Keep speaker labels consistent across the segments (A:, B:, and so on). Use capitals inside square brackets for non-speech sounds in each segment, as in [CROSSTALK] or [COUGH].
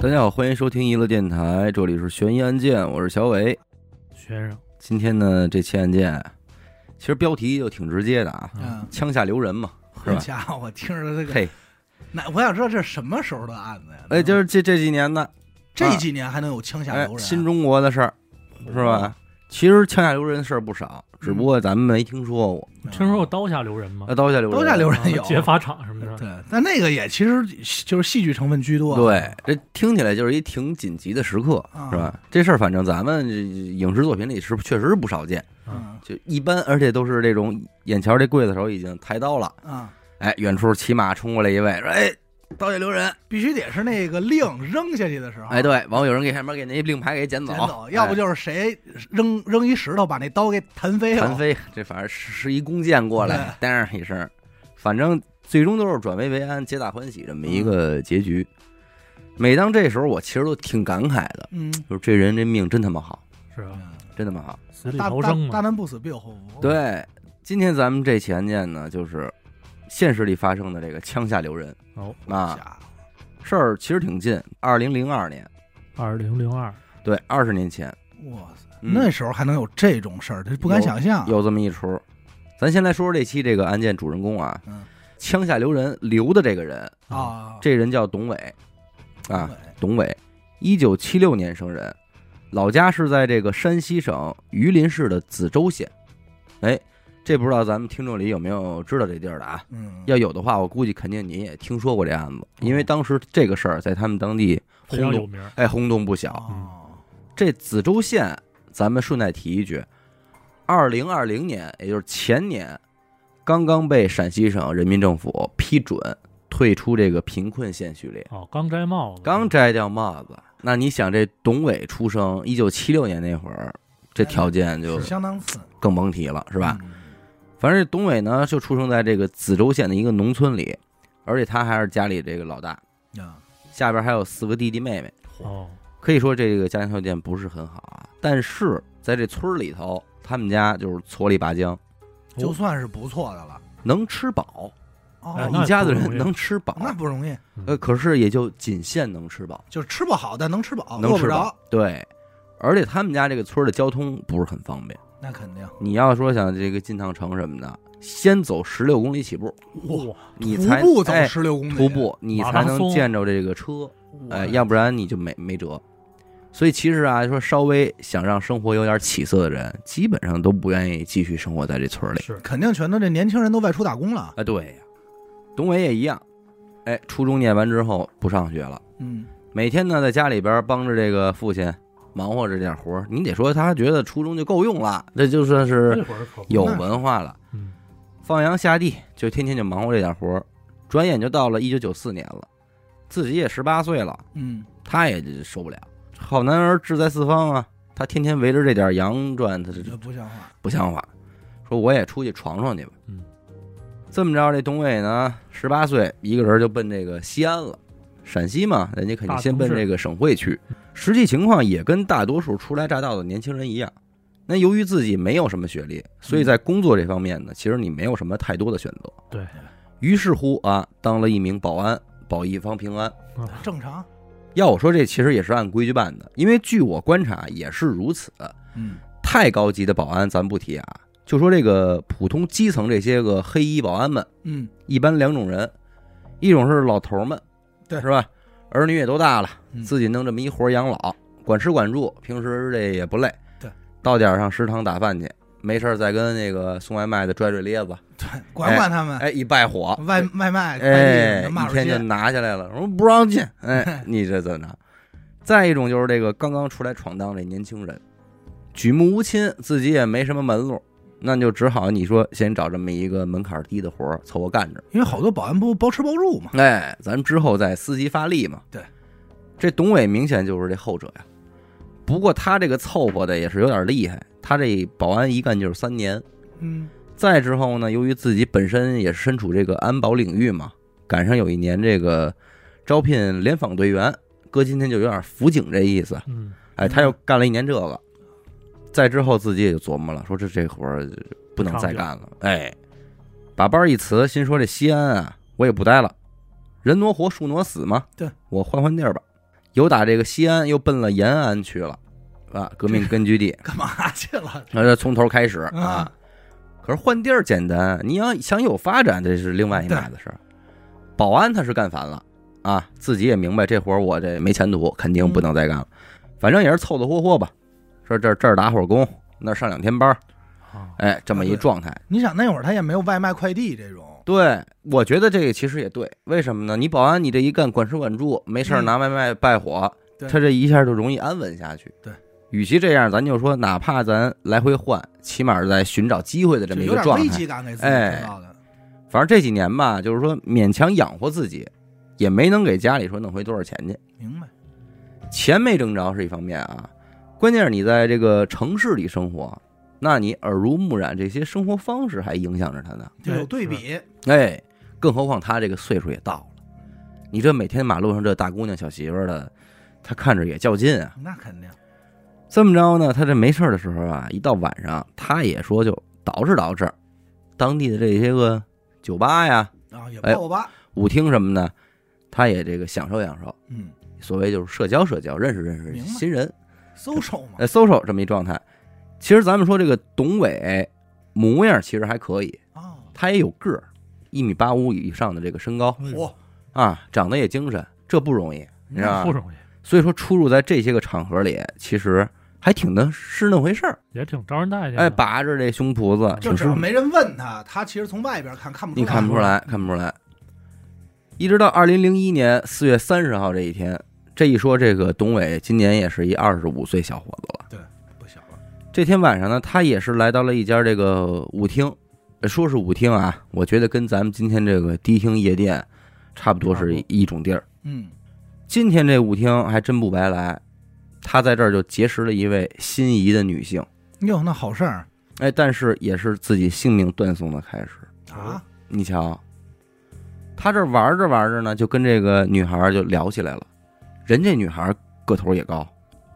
A: 大家好，欢迎收听娱乐电台，这里是悬疑案件，我是小伟。
B: 学生，
A: 今天呢，这期案件其实标题就挺直接的啊，
C: 嗯，
A: 枪下留人嘛，是
C: 好
A: 吧？
C: 家伙，我听着这个，
A: 嘿，
C: 那我想知道这是什么时候的案子呀？
A: 哎，就是这这几年的，
C: 这几年还能有枪下
A: 哎
C: 留，人，啊嗯
A: 新中国的事儿是吧？其实枪下留人的事儿不少，只不过咱们没听说过。
C: 嗯
B: 听说过刀下留人吗
A: 那？刀下留人，
C: 都下留人有
B: 啊劫法场什么的，
C: 对，但那个也其实就是戏剧成分居多，，
A: 对，这听起来就是一挺紧急的时刻，
C: 啊
A: 是吧？这事儿反正咱们这影视作品里是确实不少见，
C: 嗯
A: 就一般，而且都是这种眼瞧这刽子手已经抬刀了，
C: 啊，
A: 哎，远处骑马冲过来一位，说：“哎，刀下留人
C: 必须得是那个令扔下去的时！”候，
A: 哎，，对，哦哎完后有人给下面给那令牌给捡走，
C: 啊捡走，要不就是谁扔扔一石头把那刀给弹飞
A: 哎
C: 了，
A: 弹飞，这反正是是一弓箭过来，
C: 对
A: 当一声，反正最终都是转危为安，皆大欢喜这么一
C: 嗯
A: 个结局。每当这时候，我其实都挺感慨的，
C: 嗯，
A: 就是这人这命真他妈好，
B: 是吧？
A: 真他妈好。
B: 死里
C: 大
B: 逃
C: 大
B: 生
C: 大
B: 嘛。
C: 难不死必有后福，，
A: 对，今天咱们这起案件呢，就是现实里发生的这个枪下留人
B: 哦，
A: 啊，事儿其实挺近，二零零二年，
B: 二零零二，
A: 对，二十年前
C: 哇塞，
A: 嗯
C: 那时候还能有这种事儿，这不敢想象，
A: 有这么一出。咱先来说说这期这个案件主人公啊，
C: 嗯
A: 枪下留人留的这个人，
C: 啊，
A: 这人叫董伟啊，
C: 对，
A: 董伟，一九七六年生人，老家是在这个山西省榆林市的梓州县。哎，这不知道咱们听众里有没有知道这地儿的啊？
C: 嗯，
A: 要有的话，我估计肯定您也听说过这案子，因为当时这个事儿在他们当地
B: 非常
A: 轰
B: 有
A: 动，
B: 名儿。
A: 哦哎，轰动不小。
C: 哦，
A: 这梓州县，咱们顺带提一句，二零二零年，也就是前年，刚刚被陕西省人民政府批准退出这个贫困县序列，
B: 哦，刚摘帽子，
A: 刚摘掉帽子。那你想，这董伟出生一九七六年那会儿，这条件就是
C: 相当次，
A: 更甭提了，是
C: 是
A: 吧？？反正这董伟呢，就出生在这个梓州县的一个农村里，而且他还是家里这个老大，
C: 啊，
A: 下边还有四个弟弟妹妹，
B: 哦，
A: 可以说这个家庭条件不是很好啊。但是在这村儿里头，他们家就是矬里拔将，
C: 就算是不错的了。
A: 能吃饱，
B: 哎
C: 哦，
B: 那
A: 一家子
B: 不容
A: 人
B: 易
A: 能吃饱，
C: 那不容易，
A: 呃，可是也就仅限能吃饱，
C: 就是吃不好，但能吃饱，
A: 能
C: 饿
A: 吃
C: 不
A: 饱
C: 着，，
A: 对。而且他们家这个村儿的交通不是很方便，
C: 那肯定。
A: 你要说想这个进趟城什么的，先走十六公里起步，
C: 哇，
A: 你
C: 徒
A: 才
C: 步走
A: 哎
C: 十六公里，
A: 徒步，你
B: 马
A: 才
B: 拉
A: 能
B: 松
A: 见着这个车，
C: 哇，
A: 哎，要不然你就没没辙。所以其实啊，说稍微想让生活有点起色的人，基本上都不愿意继续生活在这村儿里。
B: 是
C: 肯定全都这年轻人都外出打工了。
A: 啊，对呀，董伟也一样，哎，初中念完之后不上学了，
C: 嗯，
A: 每天呢在家里边帮着这个父亲忙活着点活儿。你得说他觉得初中就够用了，这就算是
B: 这会儿可不
A: 有文化了。
B: 嗯，
A: 放羊下地就天天就忙活这点活儿，转眼就到了一九九四年了，自己也十八岁了，
C: 嗯，
A: 他也就受不了。好男儿志在四方啊，他天天围着这点羊转，
B: 嗯
A: 他这
C: 嗯这不像话。
A: 不像话，说我也出去闯闯去吧。
B: 嗯，
A: 这么着，这董伟呢，十八岁一个人就奔这个西安了，陕西嘛，人家肯定
B: 大
A: 先
B: 城
A: 奔
B: 市
A: 这个省会去。实际情况也跟大多数初来乍到的年轻人一样。那由于自己没有什么学历，所以在工作这方面呢，其实你没有什么太多的选择。
B: 对
A: 于是乎啊，当了一名保安，保一方平安。
B: 啊
C: 正常。
A: 要我说，这其实也是按规矩办的，因为据我观察也是如此。
C: 嗯，
A: 太高级的保安咱不提啊，就说这个普通基层这些个黑衣保安们，
C: 嗯，
A: 一般两种人，一种是老头儿们，
C: 对
A: 是吧？儿女也都大了，
C: 嗯
A: 自己弄这么一活儿养老，管吃管住，平时这也不累。
C: 对，
A: 到点儿上食堂打饭去，没事儿再跟那个送外卖的拽拽咧子，
C: 对，管管他们，
A: 哎，一拜火，
C: 外外卖，快递
A: 哎，
C: 能骂
A: 一
C: 出
A: 天就
C: 去。
A: 拿下来了，说不让进，
C: [LAUGHS]
A: 哎，你这怎着？再一种就是这个刚刚出来闯荡这年轻人，举目无亲，自己也没什么门路，那就只好你说先找这么一个门槛低的活儿凑合干着，
C: 因为好多保安不包吃包住嘛，
A: 哎，咱们之后再伺机发力嘛。
C: 对，
A: 这董伟明显就是这后者呀。不过他这个凑合的也是有点厉害，他这保安一干就是三年，
C: 嗯，
A: 再之后呢，由于自己本身也是身处这个安保领域嘛，赶上有一年这个招聘联防队员，搁今天就有点辅警这意思，
B: 嗯，
A: 哎，他又干了一年这个。再之后自己也就琢磨了，说这这活儿不能再干了，哎，把班儿一辞，心说这西安啊，我也不待了，人挪活，树挪死嘛，
C: 对
A: 我换换地儿吧。由打这个西安又奔了延安去了，啊，革命根据地，
C: 干嘛 [LAUGHS] 去了？
A: 那这从头开始啊
C: 啊。
A: 可是换地儿简单，你要想有发展，这是另外一码子事儿。保安他是干烦了啊，自己也明白这活儿我这没前途，肯定不能再干了。
C: 嗯
A: 反正也是凑凑合合吧，说这这儿打会儿工，那儿上两天班儿，
B: 啊，
A: 哎，这么一状态。
C: 你想那会儿他也没有外卖、快递这种，
A: 对，我觉得这个其实也对，为什么呢？你保安你这一干管吃管住，没事儿
C: 嗯
A: 拿外卖拜火，
C: 对
A: 他这一下就容易安稳下去。
C: 对，
A: 与其这样，咱就说，哪怕咱来回换，起码在寻找机会的这
C: 就
A: 么一
C: 有
A: 个
C: 点
A: 状
C: 危
A: 态。
C: 机感给自己
A: 哎
C: 制造的。
A: 反正这几年吧，就是说勉强养活自己，也没能给家里说弄回多少钱去。
C: 明白？
A: 钱没挣着是一方面啊，关键是你在这个城市里生活，那你耳濡目染这些生活方式还影响着他呢。
C: 就
B: 哎
C: 有对比，
A: 哎，更何况他这个岁数也到了，你这每天马路上这大姑娘小媳妇儿的，他看着也较劲啊。
C: 那肯定。
A: 这么着呢，他这没事儿的时候啊，一到晚上，他也说就捯饬捯饬，当地的这些个酒吧呀、
C: 啊，也
A: 哎
C: 报吧，
A: 舞厅什么的，他也这个享受享受。
C: 嗯
A: 所谓就是社交社交，认识认识
C: 明白
A: 新人，
C: ，social 嘛，
A: 呃，social 这么一状态。其实咱们说这个董伟模样其实还可以，
C: 啊，
A: 他也有个儿，一米八五以上的这个身高
C: 我
A: 啊，长得也精神，这不容易。你知道
B: 那
C: 嗯
B: 不
A: 吧？
B: 容易，
A: 所以说出入在这些个场合里，其实还挺能是那回事儿。
B: 也挺招人待见的。
A: 哎，拔着这胸脯子，
C: 嗯就
A: 挺
C: 只
A: 舒
C: 要
A: 服，
C: 没人问他，他其实从外边看看不出
A: 你
C: 来。
A: 看不出来，看不出来。一直到二零零一年四月三十号这一天，这一说，这个董伟今年也是一二十五岁小伙子了。
C: 不小了，
A: 这天晚上呢，他也是来到了一家这个舞厅，呃说是舞厅啊，我觉得跟咱们今天这个迪厅夜店差不多是
B: 差不
A: 一种地儿。
C: 嗯，
A: 今天这舞厅还真不白来，他在这儿就结识了一位心仪的女性。
C: 哟，那好事儿
A: 哎，但是也是自己性命断送的开始。
C: 啊，
A: 你瞧，他这玩着玩着呢，就跟这个女孩儿就聊起来了。人这女孩儿个头也高，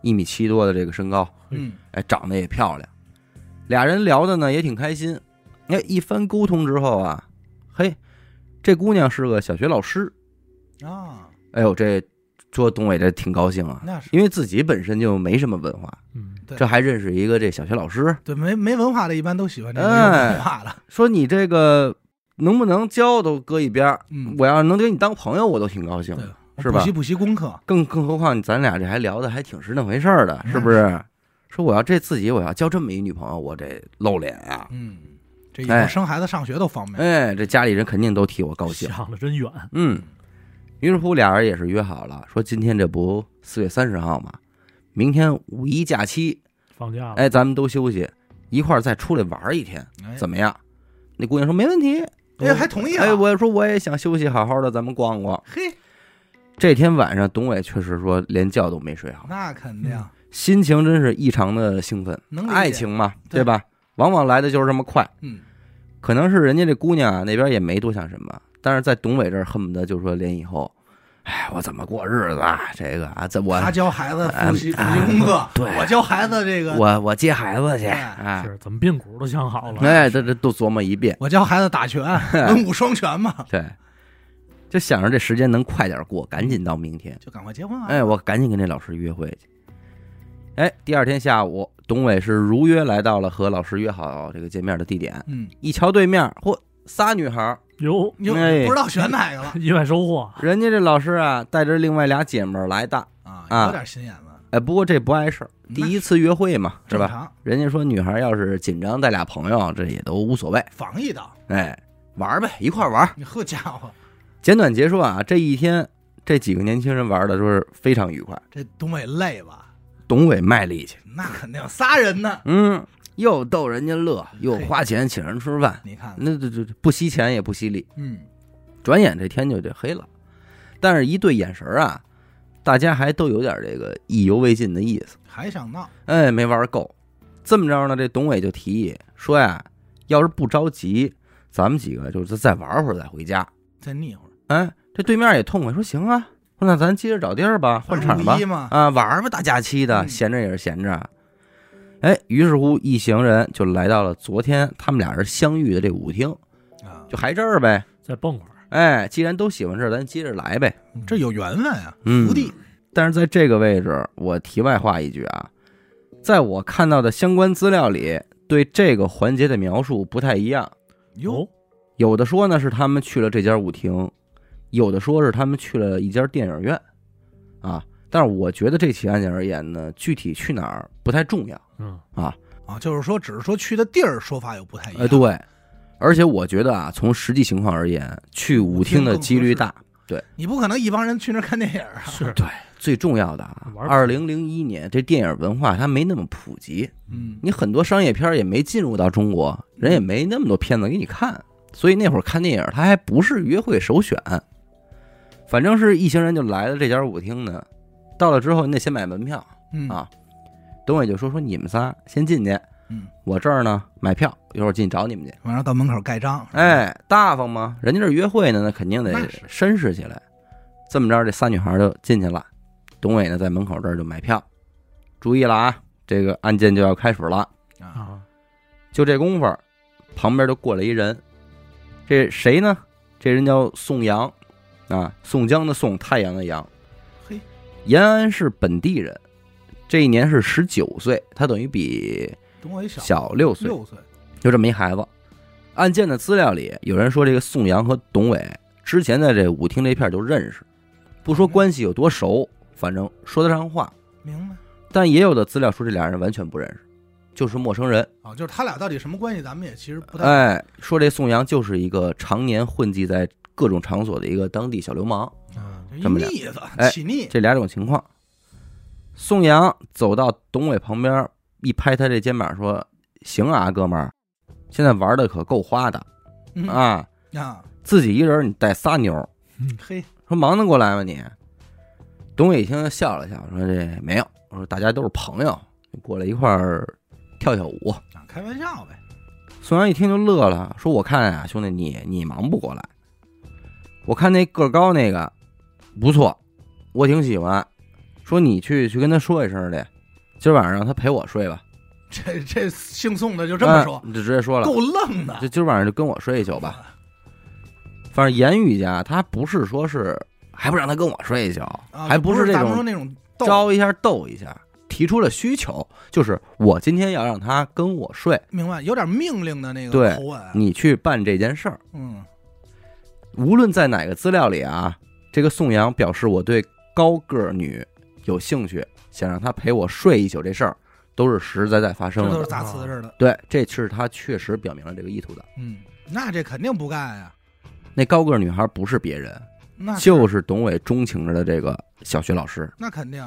A: 一米七多的这个身高，
C: 嗯，
A: 哎，长得也漂亮。俩人聊的呢也挺开心。哎，一番沟通之后啊，嘿，这姑娘是个小学老师。
C: 啊，
A: 哎呦，这说东伟这挺高兴啊，
C: 那是
A: 因为自己本身就没什么文化，
B: 嗯，
C: 对
A: 这还认识一个这小学老师，
C: 对没没文化的，一般都喜欢这个
A: 哎
C: 有文化的，
A: 说你这个能不能教都搁一边儿，
C: 嗯，
A: 我要是能给你当朋友，我都挺高兴
C: 对
A: 的。，
C: 我
A: 是吧
C: 补习补习功课，
A: 更更何况咱俩这还聊的还挺是那回事儿的，
C: 嗯
A: 是不是？说我要这自己我要交这么一女朋友，我这露脸啊！
C: 嗯，这以
A: 哎
C: 后生孩子上学都方便，
A: 哎，这家里人肯定都替我高
C: 啊
A: 兴。
B: 想的真远，
A: 嗯，于是乎俩人也是约好了，说今天这不四月三十号嘛，明天五一假期，
B: 放
C: 啊
B: 假了，
A: 哎，咱们都休息，一块儿再出来玩儿一天，
C: 哎
A: 怎么样？那姑娘说没问题，
C: 哎，还同意了，
A: 哎，我说我也想休息，好好的，咱们逛逛。
C: 嘿，
A: 这天晚上，董伟确实说连觉都没睡好，
C: 那肯定
A: 心情真是异常的兴奋。
C: 能理
A: 嗯
C: 解
A: 爱，情嘛，
C: 对
A: 对吧？往往来的就是这么快。
C: 嗯，
A: 可能是人家这姑娘啊那边也没多想什么，但是在董伟这儿恨不得就说连以后，哎，我怎么过日子啊？这个啊，这我
C: 他教孩子
A: 哎
C: 复习补
A: 哎
C: 习功课，
A: 对
C: 我教孩子这个，
A: 我我接孩子去
C: 哎
A: 啊！
B: 是怎么髌骨都想好了，
A: 哎，这这都琢磨一遍，
C: 我教孩子打
A: [LAUGHS]
C: 拳，文武双全嘛，
A: 对，就想着这时间能快点过，赶紧到明天。
C: 就赶快结婚啊，
A: 哎，我赶紧跟这老师约会去。哎，第二天下午，董伟是如约来到了和老师约好这个见面的地点。
C: 嗯，
A: 一瞧对面，嚯，仨女孩儿，
B: 有
C: 你又
A: 哎
C: 不知道选哪个了
B: 意外收获，
A: 人家这老师啊，带着另外俩姐们儿来的。
C: 啊，
A: 啊
C: 有点心眼子，
A: 哎，不过这不碍事儿，第一次约会嘛，是
C: 正
A: 吧？
C: 常，
A: 人家说女孩要是紧张带俩朋友，这也都无所谓。
C: 防一道，
A: 哎，玩儿呗，一块儿玩儿。
C: 你好家伙，
A: 简短结说啊，这一天这几个年轻人玩的说是非常愉快。
C: 这东北累吧？
A: 董伟卖力气，
C: 那肯定仨人呢，
A: 嗯，又逗人家乐，又花钱请人吃饭，
C: 你看看，
A: 那这这这不惜钱也不惜力。
C: 嗯，
A: 转眼这天就这黑了，但是一对眼神儿啊，大家还都有点这个意犹未尽的意思。
C: 还想闹，
A: 哎，没玩够。这么着呢，这董伟就提议说呀，要是不着急，咱们几个就是再玩会儿再回家。
C: 再腻会儿，
A: 哎，这对面也痛快，说行啊，那咱接着找地儿吧，换场吧
C: 五一，嘛，
A: 啊，玩儿吧，大假期的，
C: 嗯
A: 闲着也是闲着。哎，于是乎，一行人就来到了昨天他们俩人相遇的这舞厅，
C: 啊，
A: 就还这儿呗。
B: 再蹦会儿，
C: 嗯
A: 哎，既然都喜欢这儿，咱接着来呗。
C: 这有缘分啊，
A: 嗯
C: 福地，
A: 但是在这个位置，我题外话一句啊，在我看到的相关资料里，对这个环节的描述不太一样。
C: 哟，
A: 有的说呢是他们去了这家舞厅，有的说是他们去了一家电影院，啊，但是我觉得这起案件而言呢，具体去哪儿不太重要。
B: 嗯，
C: 啊，就是说只是说去的地儿说法有不太一样。
A: 哦哎，，对，而且我觉得啊，从实际情况而言，去舞厅的几率大。
C: 你不可能一帮人去那儿看电影啊。
B: 是，
A: 最重要的啊，
B: 玩
A: 二
B: 儿
A: 零零一年这电影文化它没那么普及，
C: 嗯，
A: 你很多商业片儿也没进入到中国，人也没那么多片子给你看，所以那会儿看电影它还不是约会首选。反正是一行人就来了这家舞厅呢，到了之后你得先买门票，
C: 嗯
A: 啊董伟就说说你们仨先进去，
C: 嗯，
A: 我这儿呢买票，一会儿进去找你们去。
C: 晚上到门口盖章。
A: 哎，大方吗？人家这约会呢，那肯定得
C: 嗯那是
A: 绅士起来。这么着，这仨女孩就进去了。董伟呢，在门口这儿就买票。注意了啊，这个案件就要开始了。
C: 啊，
B: 啊，
A: 就这功夫儿，旁边就过来一人，这谁呢？这人叫宋阳，啊，宋江的宋，太阳的阳。
C: 嘿，
A: 延安是本地人，这一年是十九岁，他等于比
C: 等我一小
A: 小六岁，
C: 六岁，
A: 就这么一孩子。案件的资料里有人说，这个宋阳和董伟之前在这舞厅这片儿就认识，不说关系有多熟，反正说得上话。
C: 明白。
A: 但也有的资料说这俩人完全不认识，就是陌生人。
C: 哦，就是他俩到底什么关系，咱们也其实不太。
A: 哎，说这宋阳就是一个常年混迹在各种场所的一个当地小流氓，
C: 啊就一
A: 这么点
C: 腻子
A: 哎
C: 起腻，
A: 这两种情况。宋阳走到董伟旁边，一拍他这肩膀说：“行啊，哥们儿，现在玩的可够花的
C: 嗯
A: 啊！
C: 啊，
A: 自己一人你带仨妞儿，
C: 嘿，
A: 说忙得过来吗你？”董伟一听笑了笑，说：“这没有，我说大家都是朋友，过来一块儿跳跳舞。”
C: 啊，开玩笑呗。 [LAUGHS]
A: 宋阳一听就乐了，说：“我看啊，兄弟你你忙不过来，我看那个儿高那个不错，我挺喜欢。说你去去跟他说一声去，今儿晚上让他陪我睡吧。
C: 这这姓宋的就这么说，
A: 嗯就直接说了，
C: 够愣的。
A: 就今儿晚上就跟我睡一宿吧。反正言语家他不是说是还不让他跟我睡一宿，
C: 啊，
A: 还
C: 就不
A: 是这
C: 咱们说
A: 种
C: 那种逗
A: 招一下逗一下，提出了需求，就是我今天要让他跟我睡，
C: 明白，有点命令的那
A: 对
C: 个口吻。啊
A: 你去办这件事儿。”
C: 嗯，
A: 无论在哪个资料里啊，这个宋阳表示我对高个儿女有兴趣，想让她陪我睡一宿这事儿，都是实实在在发
C: 这
A: 生
C: 都
A: 的
C: 是。砸瓷实的。
A: 对，这是他确实表明了这个意图的。
C: 嗯，那这肯定不干呀。
A: 那高个儿女孩不是别人，
C: 那
A: 就是董伟钟情着的这个小学老师。
C: 那肯定，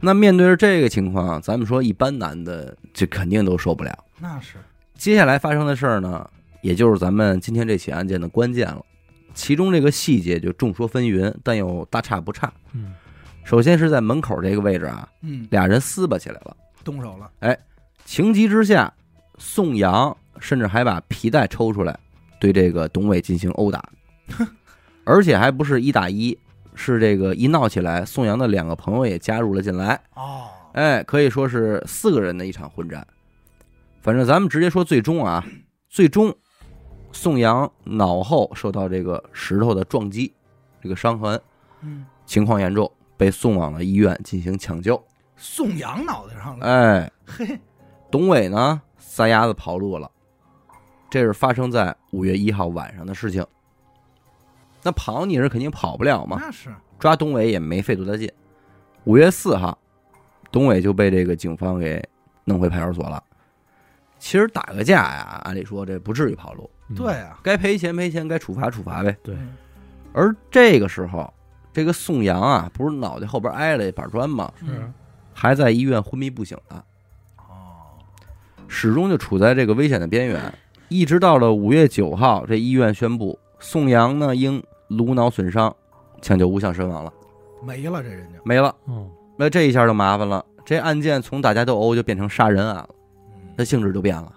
A: 那面对着这个情况，咱们说一般男的这肯定都受不了。
C: 那是
A: 接下来发生的事儿呢，也就是咱们今天这起案件的关键了。其中这个细节就众说纷纭，但又大差不差。
B: 嗯，
A: 首先是在门口这个位置啊，
C: 嗯，
A: 俩人撕巴起来了。
C: 动手了。
A: 情急之下，宋阳甚至还把皮带抽出来，对这个董伟进行殴打，而且还不是一打一，是这个一闹起来，宋阳的两个朋友也加入了进来。
C: 哦，
A: 哎，可以说是四个人的一场混战。反正咱们直接说最终啊，最终宋阳脑后受到这个石头的撞击，这个伤痕
C: 嗯，
A: 情况严重，被送往了医院进行抢救。
C: 宋阳脑袋上了，
A: 哎，
C: 嘿，
A: 董伟呢撒丫子跑路了，这是发生在五月一号晚上的事情。那跑你是肯定跑不了嘛，
C: 那是
A: 抓董伟也没费多大劲。五月四号，董伟就被这个警方给弄回派出所了。其实打个架呀，按理说这不至于跑路，
B: 嗯
C: 对，啊，
A: 该赔钱赔钱，该处罚处罚呗。
B: 对
C: 嗯
A: 而这个时候，这个宋阳啊，不是脑袋后边挨了一板砖吗？
B: 是，
A: 还在医院昏迷不醒呢。
C: 哦，
A: 始终就处在这个危险的边缘，一直到了五月九号，这医院宣布宋阳呢因颅脑损伤抢救无效身亡了，
C: 没了这人就，
A: 没了。
B: 嗯，
A: 那这一下就麻烦了，这案件从打架斗殴就变成杀人案了，
C: 嗯
A: 它性质就变了。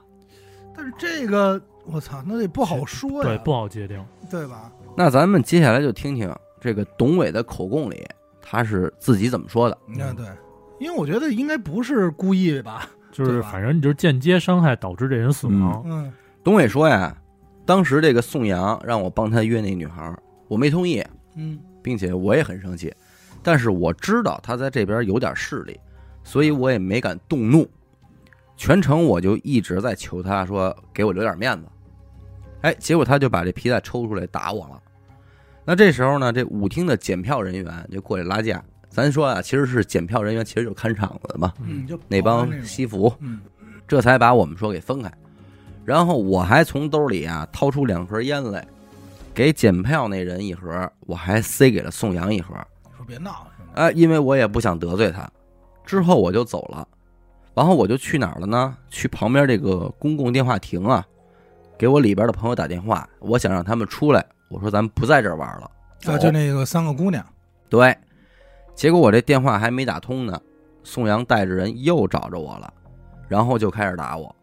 C: 但是这个我操，那得不好说呀，
B: 对，不好界定，
C: 对吧？
A: 那咱们接下来就听听这个董伟的口供里他是自己怎么说的。
C: 那啊对，因为我觉得应该不是故意吧，
B: 就是
C: 对吧
B: 反正你就是间接伤害导致这人死亡，
C: 嗯，
A: 董伟说呀，当时这个宋阳让我帮他约那女孩儿，我没同意，
C: 嗯，
A: 并且我也很生气，但是我知道他在这边有点势力，所以我也没敢动怒。全程我就一直在求他说给我留点面子。哎，结果他就把这皮带抽出来打我了。那这时候呢，这舞厅的检票人员就过来拉架。咱说啊，其实是检票人员，其实就是看场子的嘛，
C: 嗯，就
A: 那
C: 保安
A: 帮
C: 种
A: 西服，
C: 嗯
A: 这才把我们说给分开。然后我还从兜里啊掏出两盒烟来，给检票那人一盒，我还塞给了宋阳一盒。
C: 说别闹了，兄弟
A: 啊，因为我也不想得罪他。之后我就走了，然后我就去哪儿了呢？去旁边这个公共电话亭啊，给我里边的朋友打电话，我想让他们出来。我说咱们不在这儿玩了，走
C: 啊，就那个三个姑娘，
A: 对。结果我这电话还没打通呢，宋阳带着人又找着我了，然后就开始打我。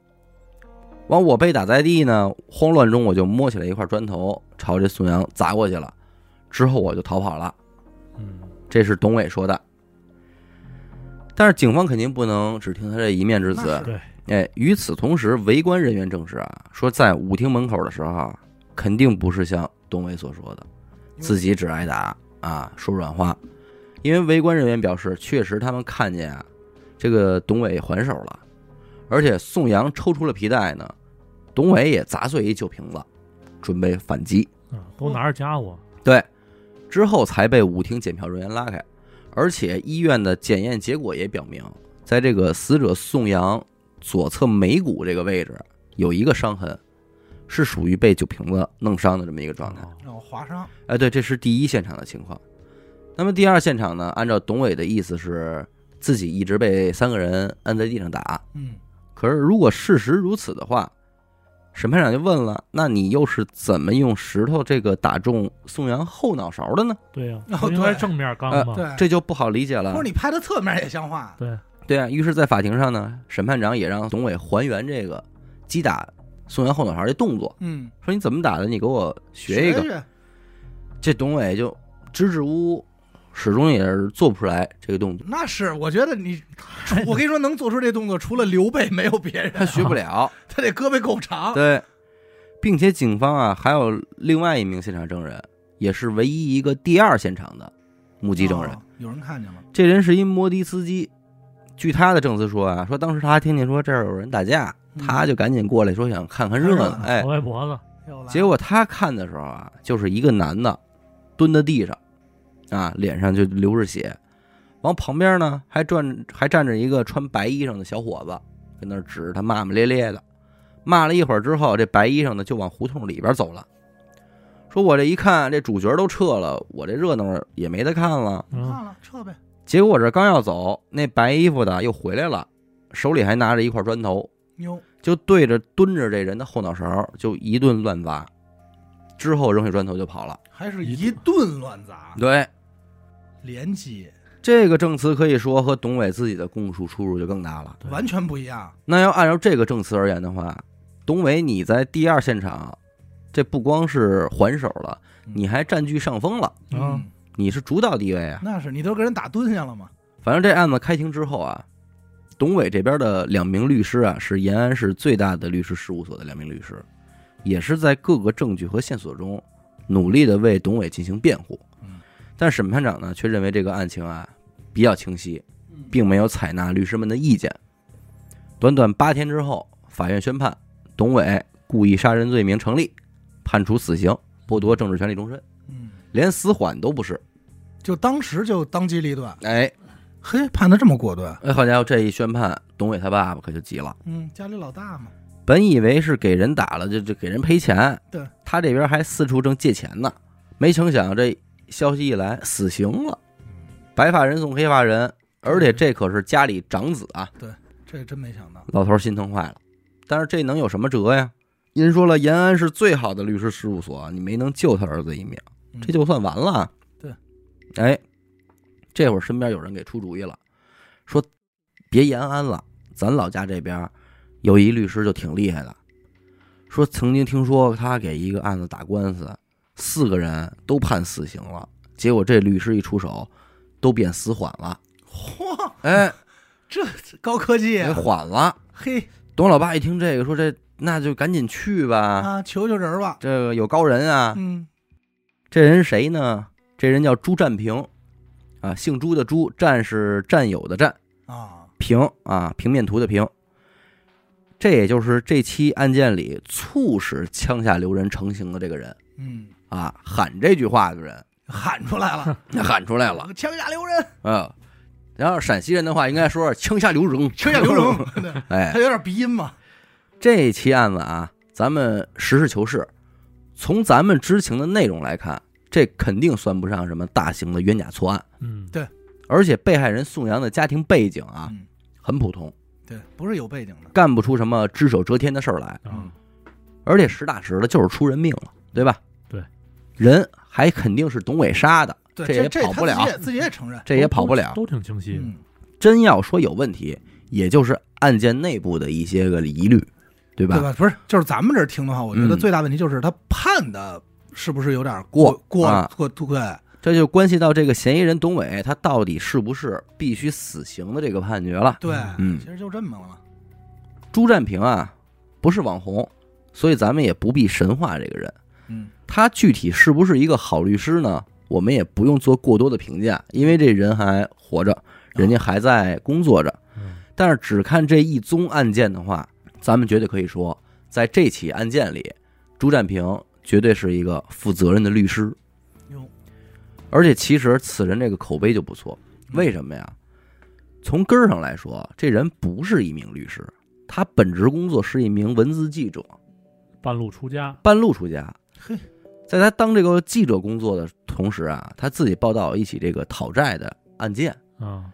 A: 完，我被打在地呢，慌乱中我就摸起来一块砖头，朝这宋阳砸过去了。之后我就逃跑了。
B: 嗯
A: 这是董伟说的。但是警方肯定不能只听他这一面之
C: 那
A: 词
C: 是，
B: 对，
A: 哎，与此同时，围观人员证实啊，说在舞厅门口的时候啊，肯定不是像董伟所说的自己只挨打啊，说软话，因为围观人员表示，确实他们看见啊，这个董伟还手了，而且宋阳抽出了皮带呢，董伟也砸碎一酒瓶子，准备反击。
B: 嗯，都拿着家伙，
A: 对，之后才被舞厅检票人员拉开，而且医院的检验结果也表明，在这个死者宋阳左侧眉骨这个位置有一个伤痕，是属于被酒瓶子弄伤的这么一个状态。
B: 哦
C: 让我划伤，
A: 哎，对，这是第一现场的情况。那么第二现场呢？按照董伟的意思是自己一直被三个人按在地上打，
C: 嗯，
A: 可是如果事实如此的话，审判长就问了：那你又是怎么用石头这个打中宋阳后脑勺的呢？
B: 对呀
C: 哦，
B: 不应该
C: 对
B: 正面刚
A: 呃
B: 吗？
C: 对，
A: 这就不好理解
C: 不
A: 了
C: 是。你拍的侧面也像话，
B: 对，
A: 对啊，于是，在法庭上呢，审判长也让董伟还原这个击打宋元后脑勺这动作，
C: 嗯，
A: 说你怎么打的，你给我学一个。
C: 学，
A: 这董伟就支支吾吾，始终也是做不出来这个动作，
C: 那是，我觉得你，我跟你说，能做出这动作，除了刘备没有别人，
A: 他学不了。
C: 他这胳膊够长，
A: 啊对，并且警方啊还有另外一名现场证人，也是唯一一个第二现场的目击证人。
C: 哦有人看见了，
A: 这人是一摩的司机。据他的证词说啊，说当时他听见说这儿有人打架，
C: 嗯
A: 他就赶紧过来说想看看热闹
C: 看热。闹
A: 哎
B: 头，歪脖子，
C: 又来
A: 结果他看的时候啊，就是一个男的蹲在地上，啊，脸上就流着血，往旁边呢还转还站着一个穿白衣裳的小伙子，跟那儿指着他骂骂咧咧的，骂了一会儿之后，这白衣裳呢就往胡同里边走了，说我这一看这主角都撤了，我这热闹也没得看了。
B: 嗯，
C: 看了，撤呗，
A: 结果我这刚要走，那白衣服的又回来了，手里还拿着一块砖头，
C: 妞，
A: 就对着蹲着这人的后脑勺就一顿乱砸，之后扔下砖头就跑了。
C: 还是一顿乱砸，
A: 对，
C: 连击
A: 这个证词可以说和董伟自己的供述出入就更大了。
B: 对
C: 完全不一样，
A: 那要按照这个证词而言的话，董伟你在第二现场，这不光是还手了，你还占据上风了，
B: 啊，
C: 嗯，
A: 你是主导地位啊。
C: 那是你都给人打蹲下了嘛，
A: 反正这案子开庭之后啊，董伟这边的两名律师啊，是延安市最大的律师事务所的两名律师，也是在各个证据和线索中努力的为董伟进行辩护
C: 嗯。
A: 但审判长呢，却认为这个案情啊比较清晰，
C: 嗯
A: 并没有采纳律师们的意见。短短八天之后，法院宣判董伟故意杀人罪名成立，判处死刑，剥夺政治权利终身，
C: 嗯，
A: 连死缓都不是。
C: 就当时就当机立断，
A: 哎，
C: 嘿，判的这么果断，
A: 哎，好家伙，这一宣判，董伟他爸爸可就急了。
C: 嗯，家里老大嘛，
A: 本以为是给人打了，就就给人赔钱，
C: 对
A: 他这边还四处正借钱呢，没成想这消息一来，死刑了，白发人送黑发人，而且这可是家里长子啊，
C: 这真没想到，
A: 老头心疼坏了。但是这能有什么辙呀？您说了，延安是最好的律师事务所，你没能救他儿子一命，
C: 嗯
A: 这就算完了。啊
C: 对，
A: 哎，这会儿身边有人给出主意了，说别延安了，咱老家这边有一律师就挺厉害的，说曾经听说他给一个案子打官司，四个人都判死刑了，结果这律师一出手，都变死缓了，
C: 嚯，
A: 哎，
C: 这高科技
A: 给
C: 啊，
A: 缓了。
C: 嘿
A: 董老爸一听这个，说这那就赶紧去吧，
C: 啊，求求人儿吧，
A: 这个有高人啊。
C: 嗯，
A: 这人谁呢？这人叫朱占平，啊，姓朱的朱，占是占有的占，
C: 啊，
A: 平啊，平面图的平。这也就是这期案件里促使枪下留人成型的这个人
C: 嗯，
A: 啊，喊这句话的人
C: 喊出来了，
A: 喊出 [LAUGHS] 来了，
C: 枪下留人，
A: 啊。然后陕西人的话，应该说是枪下留人，
C: 枪
A: [LAUGHS]
C: 下留人，对
A: 哎
C: 他，有点鼻音嘛，
A: 这期案子啊，咱们实事求是，从咱们知情的内容来看，这肯定算不上什么大型的冤假错案，
B: 嗯，
A: 而且被害人宋阳的家庭背景啊
C: 嗯，
A: 很普通，
C: 对，不是有背景的，
A: 干不出什么只手遮天的事儿来，
C: 嗯
B: 啊，
A: 而且实打实的就是出人命了，对吧？
B: 对，
A: 人还肯定是董伟杀的，
C: 对，
A: 这
C: 这
A: 也跑
C: 他
A: 不了
C: 自己也自己也承认，
A: 这也跑不了。
B: 都挺清晰的。
C: 嗯，
A: 真要说有问题，也就是案件内部的一些个疑虑，对吧？
C: 对吧？不是，就是咱们这儿听的话，我觉得
A: 嗯
C: 最大问题就是他判的是不是有点过
A: 过
C: 过
A: 啊
C: 过对，
A: 这就关系到这个嫌疑人董伟他到底是不是必须死刑的这个判决了。
C: 对，
A: 嗯
C: 其实就这么了嘛。
A: 朱占平啊，不是网红，所以咱们也不必神化这个人。
C: 嗯，
A: 他具体是不是一个好律师呢？我们也不用做过多的评价，因为这人还活着，人家还在工作着。
B: 嗯
A: 但是只看这一宗案件的话，咱们绝对可以说，在这起案件里，朱占平绝对是一个负责任的律师。
C: 哟，
A: 而且其实此人这个口碑就不错，为什么呀？从根儿上来说，这人不是一名律师，他本职工作是一名文字记者，
B: 半路出家，
A: 半路出家。
C: 嘿，
A: 在他当这个记者工作的同时啊，他自己报道一起这个讨债的案件，
B: 啊，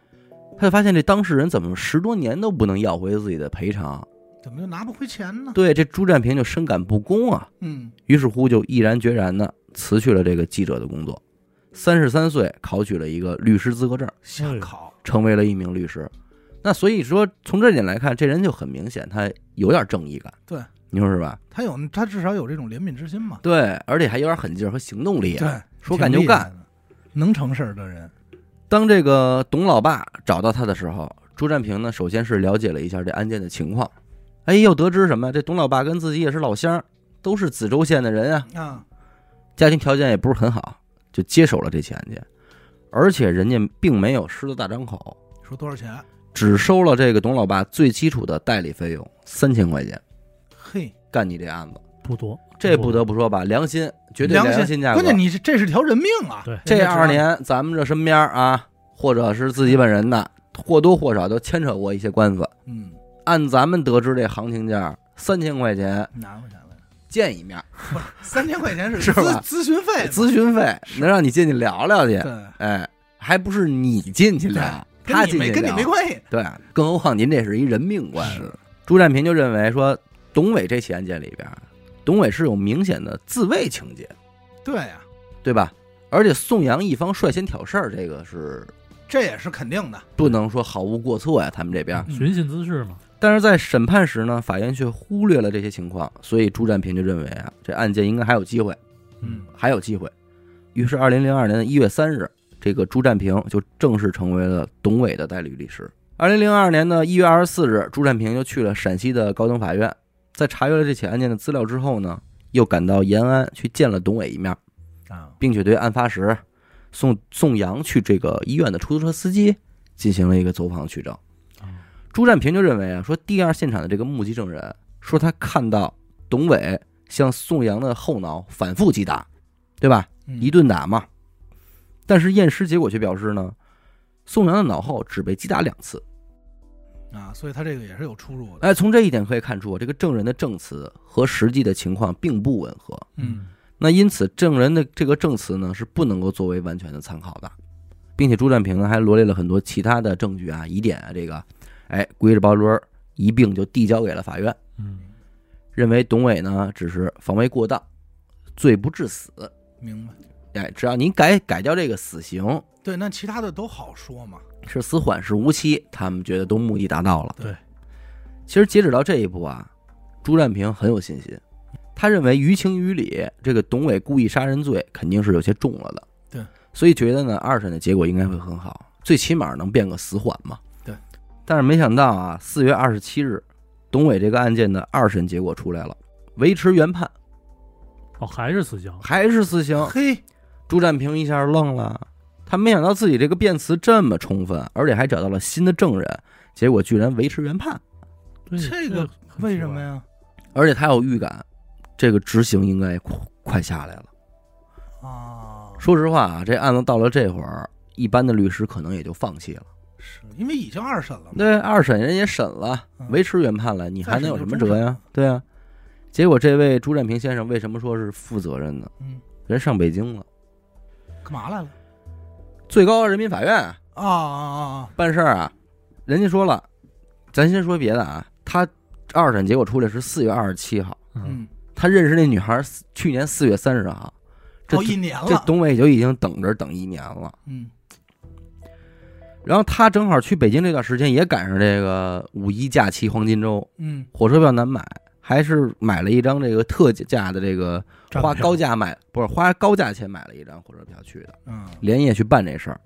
A: 他就发现这当事人怎么十多年都不能要回自己的赔偿，
C: 怎么就拿不回钱呢？
A: 对这朱占平就深感不公啊，
C: 嗯，
A: 于是乎就毅然决然的辞去了这个记者的工作，三十三岁考取了一个律师资格证。
C: 瞎考，
A: 成为了一名律师。那所以说，从这点来看，这人就很明显，他有点正义感。
C: 对，
A: 你说是吧？
C: 他有他至少有这种怜悯之心嘛。
A: 对，而且还有点狠劲儿和行动力。，啊
C: 对，
A: 说
C: 挺
A: 干就
C: 厉
A: 干
C: 害的，能成事儿的人。
A: 当这个董老爸找到他的时候，朱占平呢，首先是了解了一下这案件的情况。哎，又得知什么？这董老爸跟自己也是老乡，都是梓州县的人啊，
C: 啊，
A: 家庭条件也不是很好，就接手了这起案件。而且人家并没有狮子大张口，
C: 说多少钱？啊
A: 只收了这个董老爸最基础的代理费用三千块钱，
C: 嘿，
A: 干你这案子。
B: 不多，
A: 这不得不说吧，良心绝对
C: 良
A: 心价格。
C: 关键你是这是条人命啊！
B: 对
C: 人家
A: 这
C: 知道
A: 二年咱们这身边啊，或者是自己本人的，或多或少都牵扯过一些官司。
C: 嗯，
A: 按咱们得知这行情价三千块钱
C: 拿回钱来了，
A: 见一面，
C: 三千块钱是
A: [LAUGHS] 是吧
C: 咨咨询费嘛，
A: 咨询费能让你进去聊聊去，
C: 对，
A: 哎，还不是你进去聊，
C: 跟
A: 他
C: 你
A: 进去
C: 没跟你
A: 聊
C: 没关系。
A: 对，更何况您这是一人命官司
C: 是。
A: 朱占平就认为说，董伟这起案件里边，董伟是有明显的自卫情节，
C: 对啊呀、
A: 对吧？而且宋阳一方率先挑事儿，这个是
C: 这也是肯定的。
A: 不能说毫无过错呀，他们这
C: 嗯
A: 边。
B: 寻衅滋事嘛，
A: 但是在审判时呢，法院却忽略了这些情况，所以朱占平就认为啊，这案件应该还有机会，
B: 嗯，
A: 还有机会。于是，二零零二年的一月三日，这个朱占平就正式成为了董伟的代理律师。二零零二年的一月二十四日，朱占平就去了陕西的高等法院，在查阅了这起案件的资料之后呢，又赶到延安去见了董伟一面，
C: 啊，
A: 并且对案发时送宋阳去这个医院的出租车司机进行了一个走访取证。
B: 啊
A: 朱占平就认为啊，说第二现场的这个目击证人说他看到董伟向宋阳的后脑反复击打，对吧？
C: 嗯
A: 一顿打嘛。但是验尸结果却表示呢，宋阳的脑后只被击打两次。
C: 啊，所以他这个也是有出入的。
A: 哎，从这一点可以看出，这个证人的证词和实际的情况并不吻合。
C: 嗯，
A: 那因此，证人的这个证词呢是不能够作为完全的参考的，并且朱占平呢还罗列了很多其他的证据啊、疑点啊，这个，哎，归着包堆儿一并就递交给了法院。
B: 嗯，
A: 认为董伟呢只是防卫过当，罪不至死。
C: 明白。
A: 哎，只要您改改掉这个死刑，
C: 对，那其他的都好说嘛。
A: 是死缓是无期，他们觉得都目的达到了。
B: 对，
A: 其实截止到这一步啊，朱占平很有信心，他认为于情于理，这个董伟故意杀人罪肯定是有些重了的。
C: 对，
A: 所以觉得呢，二审的结果应该会很好，最起码能变个死缓嘛。
C: 对，
A: 但是没想到啊，四月二十七日，董伟这个案件的二审结果出来了，维持原判，
B: 哦，还是死刑，
A: 还是死刑。
C: 嘿，
A: 朱占平一下愣了，他没想到自己这个辩词这么充分，而且还找到了新的证人，结果居然维持原判。
B: 对
C: 这个
B: 很
C: 为
B: 奇
C: 什么
B: 怪？
C: 呀？
A: 而且他有预感，这个执行应该快快下来了。
C: 啊，
A: 说实话啊，这案子到了这会儿，一般的律师可能也就放弃了。
C: 是因为已经二审了嘛？
A: 对，二审人也审了，
C: 嗯
A: 维持原判了，你还能有什么辙
C: 再审就终审
A: 呀
C: 了？
A: 对啊。结果这位朱占平先生为什么说是负责任呢？
C: 嗯，
A: 人上北京了，
C: 干嘛来了？
A: 最高人民法院啊
C: 啊啊
A: 办事儿啊，人家说了，咱先说别的啊，他二审结果出来是四月二十七号，
C: 啊！
B: 嗯，
C: 嗯，
A: 他认识那女孩是去年四月三十号，这
C: 哦，一年
A: 这
C: 了，
A: 东北就已经等着等一年了。
C: 嗯，
A: 然后他正好去北京这段时间也赶上这个五一假期黄金周，
C: 嗯，
A: 火车票难买，还是买了一张这个特价的这个
C: 站
A: 花
C: 票
A: 高价买不是花高价钱买了一张火车票去的，
C: 嗯，
A: 连夜去办这事儿。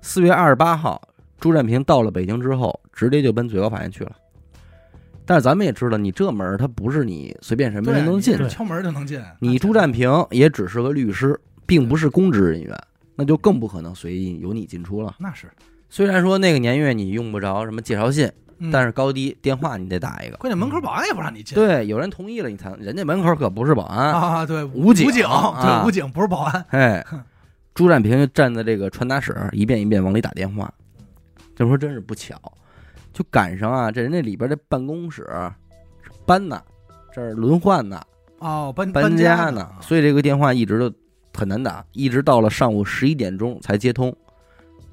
A: 四月二十八号，朱占平到了北京之后，直接就奔最高法院去了。但是咱们也知道，你这门儿它不是你随便什么
C: 对
A: 人能进
C: 你
A: 去
C: 这，敲门就能进。
A: 你朱占平也只是个律师，并不是公职人员，那就更不可能随意由你进出了。
C: 那是，
A: 虽然说那个年月你用不着什么介绍信，
C: 嗯
A: 但是高低电话你得打一个。
C: 关键门口保安也不让你进。
A: 对，有人同意了你才，人家门口可不是保安。
C: 啊，对，
A: 武警
C: 武警，
A: 啊
C: 对，武警不是保安。
A: 哎
C: 哼，
A: 朱占平就站在这个传达室，一遍一遍往里打电话。这么说真是不巧，就赶上啊，这人家里边这办公室是搬呢，这儿轮换呢，
C: 哦，搬
A: 搬
C: 家
A: 呢，
C: 啊
A: 所以这个电话一直就很难打，一直到了上午十一点钟才接通。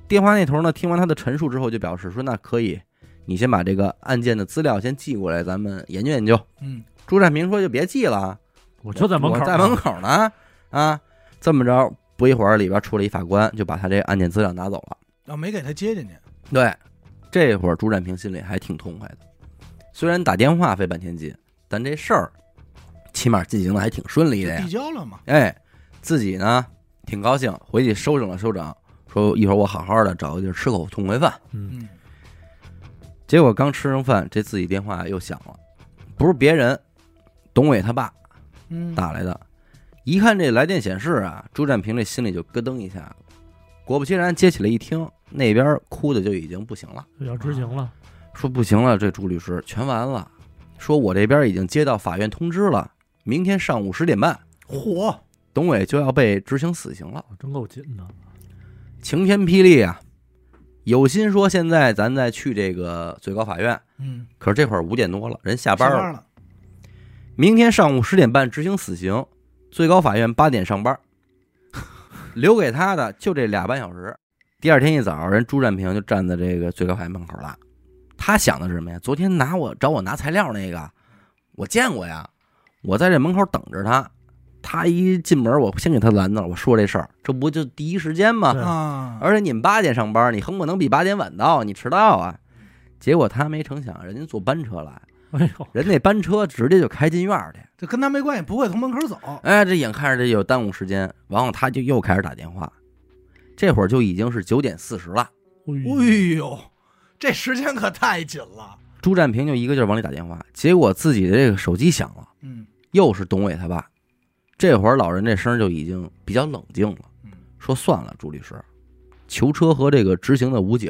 A: 电话那头呢，听完他的陈述之后，就表示说：“那可以，你先把这个案件的资料先寄过来，咱们研究研究。
C: 嗯，”
A: 朱占平说：“就别寄了啊，
B: 我就在门口
A: 我
B: 呢，
A: 在门口呢。”啊，这么着，不一会儿里边出来一法官，就把他这案件资料拿走了。
C: 啊，没给他接进去。
A: 对，这会儿朱占平心里还挺痛快的，虽然打电话费半天劲，但这事儿起码进行的还挺顺利
C: 就
A: 的呀
C: 递。交了嘛？
A: 哎，自己呢挺高兴，回去收整了收整，说一会儿我好好的找个地儿吃口痛快饭。
B: 嗯，
C: 嗯，
A: 结果刚吃上饭，这自己电话又响了，不是别人，董伟他爸
C: 嗯，
A: 打来的。一看这来电显示啊，朱占平这心里就咯噔一下。果不其然，接起来一听，那边哭的就已经不行了，
B: 要执行了，
A: 说不行了，这朱律师全完了。说我这边已经接到法院通知了，明天上午十点半，
C: 嚯，
A: 董伟就要被执行死刑了。
B: 哦真够紧的。
A: 晴天霹雳啊！有心说现在咱再去这个最高法院，
C: 嗯，
A: 可是这会儿五点多了，人下班
C: 下
A: 了。
C: 班了，
A: 明天上午十点半执行死刑，最高法院八点上班，留给他的就这俩半小时。第二天一早，人朱占平就站在这个最高法院门口了。他想的是什么呀？昨天拿我找我拿材料那个，我见过呀，我在这门口等着他。他一进门，我先给他拦那儿，我说这事儿，这不就第一时间吗？
B: 对
C: 啊，
A: 而且你们八点上班，你很可能比八点晚到，你迟到啊。结果他没成想，人家坐班车来，
B: 哎呦，
A: 人那班车直接就开进院儿去。
C: 这跟他没关系，不会从门口走。
A: 哎，这眼看着这有耽误时间，然后他就又开始打电话。这会儿就已经是九点四十了，
B: 哎呦，
C: 哎呦，这时间可太紧了。
A: 朱占平就一个劲儿往里打电话，结果自己的这个手机响了，
C: 嗯
A: 又是董伟他爸。这会儿老人这声儿就已经比较冷静了，
C: 嗯，
A: 说算了，朱律师，囚车和这个执行的武警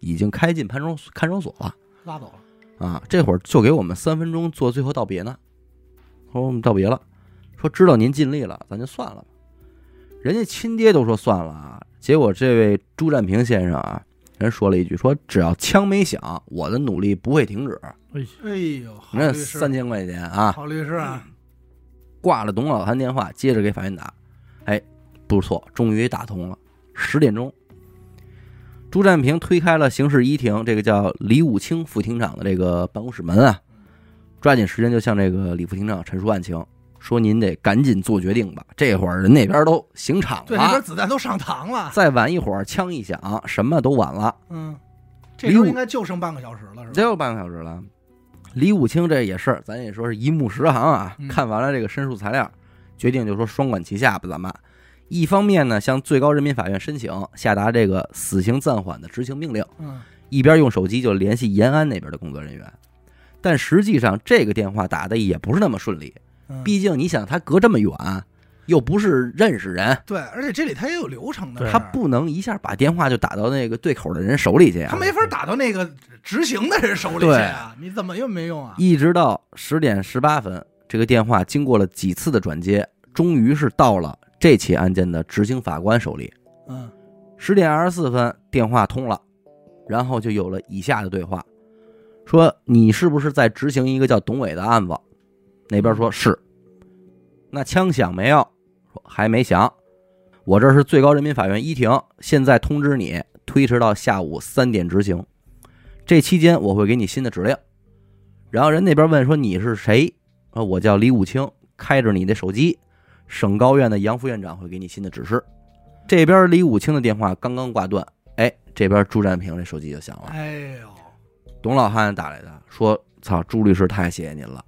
A: 已经开进看守看守所了。
C: 拉走了。
A: 啊，这会儿就给我们三分钟做最后道别呢。说我们道别了，说知道您尽力了，咱就算了吧。人家亲爹都说算了啊，结果这位朱占平先生啊，人说了一句说只要枪没响，我的努力不会停止。
B: 哎呦，
C: 哎呦，好
A: 你看
C: 律师，
A: 三千块钱啊，
C: 好律师啊，
A: 挂了董老汉电话，接着给法院打。哎，不错，终于打通了。十点钟，朱占平推开了刑事一庭这个叫李武清副庭长的这个办公室门啊，抓紧时间就向这个李副庭长陈述案情，说您得赶紧做决定吧，这会儿人那边都刑场
C: 对，那边
A: 了，
C: 子弹都上膛了。
A: 再晚一会儿枪一响，什么都晚了。
C: 嗯，这时候
A: 离我
C: 应该就剩半个小时了，是
A: 这
C: 吧？
A: 又半个小时了。李武清这也是，咱也说是一目十行啊。
C: 嗯
A: 看完了这个申诉材料，决定就说双管齐下吧，咱们一方面呢向最高人民法院申请下达这个死刑暂缓的执行命令，
C: 嗯，
A: 一边用手机就联系延安那边的工作人员。但实际上，这个电话打的也不是那么顺利，
C: 嗯
A: 毕竟你想，他隔这么远，又不是认识人，
C: 对，而且这里他也有流程的，
B: 对
A: 他，不能一下把电话就打到那个对口的人手里去
C: 他
A: 啊。
C: 没法打到那个执行的人手里去啊！你怎么用没用啊？
A: 一直到十点十八分，这个电话经过了几次的转接，终于是到了这起案件的执行法官手里。
C: 嗯
A: 十点二十四分，电话通了，然后就有了以下的对话：说你是不是在执行一个叫董伟的案子？那边说是。那枪响没有？说还没响。我这是最高人民法院一庭，现在通知你推迟到下午三点执行。这期间我会给你新的指令。然后人那边问说你是谁？啊，我叫李武清，开着你的手机，省高院的杨副院长会给你新的指示。这边李武清的电话刚刚挂断，哎，这边朱占平这手机就响了，
C: 哎呦，
A: 董老汉打来的，说：“操，朱律师太谢谢您了，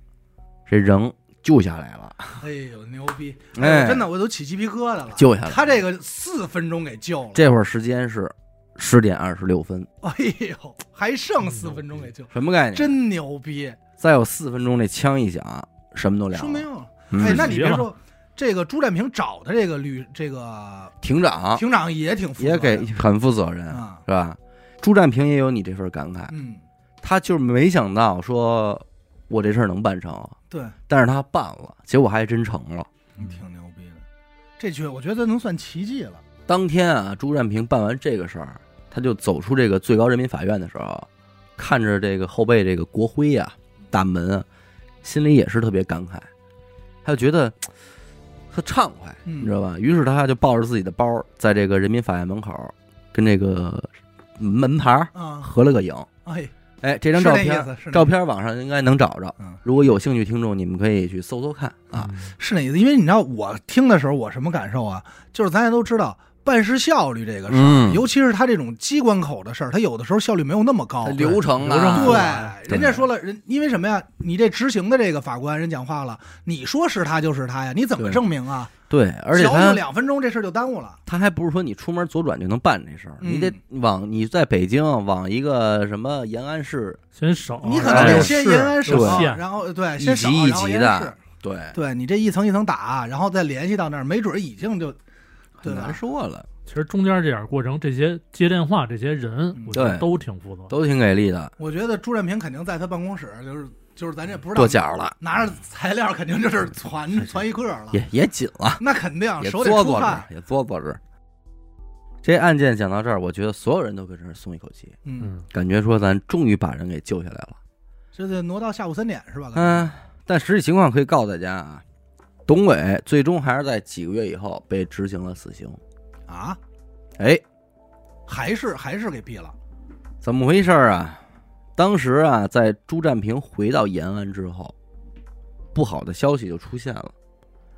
A: 这人救下来了，
C: 哎呦，牛逼！
A: 哎
C: 真的我都起鸡皮疙瘩了。
A: 救下来了。
C: 他这个四分钟给救了，
A: 这会儿时间是十点二十六分，
C: 哎呦，还剩四分钟给救，
A: 什么概念？
C: 真牛逼！
A: 再有四分钟，这枪一响，什么都凉
C: 说没
A: 了。
C: 用了。
A: 嗯
C: 哎，那你
B: 急
C: 别
B: 了
C: 说，这个朱占平找的这个旅这个
A: 庭长
C: 庭长也挺负责
A: 啊也
C: 的
A: 给嗯很负责任，
C: 啊，
A: 是吧？朱占平也有你这份感慨，
C: 嗯，
A: 他就是没想到说我这事儿能办成，
C: 对，
A: 但是他办了，结果还真成了。
B: 嗯
C: 挺牛逼的。这局我觉得能算奇迹了。
A: 当天啊，朱占平办完这个事儿，他就走出这个最高人民法院的时候，看着这个后背这个国徽呀、大门啊，心里也是特别感慨，他就觉得特畅快，
C: 嗯
A: 你知道吧？于是他就抱着自己的包，在这个人民法院门口跟这个门牌儿
C: 啊，
A: 合了个影。
C: 哎，
A: 哎，这张照
C: 是那意
A: 片，
C: 思，是那
A: 照片网上应该能找着
C: 嗯。
A: 如果有兴趣听众，你们可以去搜搜看啊。
B: 嗯
C: 是那意思。因为你知道我听的时候我什么感受啊？就是咱也都知道办事效率这个事儿，
A: 嗯
C: 尤其是他这种机关口的事儿，他有的时候效率没有那么高。
A: 流程啊，
B: 流程
C: 对，
A: 对
C: 人家说了，人因为什么呀？你这执行的这个法官人讲话了，你说是他就是他呀，你怎么
A: 对
C: 证明啊？
A: 对，而且
C: 矫
A: 他
C: 情两分钟这事儿就耽误了。
A: 他还不是说你出门左转就能办这事儿，
C: 嗯
A: 你得往你在北京往一个什么延安市，
B: 先少，
C: 你可
A: 哎
C: 能
B: 有
C: 得
A: 有
C: 先
B: 市
C: 延安省啊
B: 有
A: 对
B: 县，
C: 然后对，
A: 一
C: 先
A: 级
C: 省
A: 一
C: 然后
A: 级
C: 延
A: 的
C: 安市
A: 对，
C: 对你这一层一层打，啊然后再联系到那儿，没准儿已经就
A: 很
C: 对啊
A: 难
C: 吧？
A: 说了，
B: 其实中间这点儿过程，这些接电话这些人
C: 嗯，
B: 我觉得
A: 对
B: 都挺负责。
A: 都挺给力的，
C: 我觉得朱占平肯定在他办公室，就是就是咱这不知道
A: 跺脚了，
C: 拿着材料肯定就是攒攒一个了，
A: 也也紧了，
C: 那肯定
A: 也
C: 啊手
A: 嘬
C: 得出
A: 嘬
C: 汗。
A: 着，也嘬嘬着。这案件讲到这儿，我觉得所有人都跟这儿松一口气，
C: 嗯，
B: 嗯，
A: 感觉说咱终于把人给救下来了。
C: 这得挪到下午三点是吧？
A: 嗯，但实际情况可以告诉大家啊，董伟最终还是在几个月以后被执行了死刑。
C: 啊，
A: 哎，
C: 还是还是给毙了。
A: 怎么回事儿啊？当时啊，在朱占平回到延安之后，不好的消息就出现了。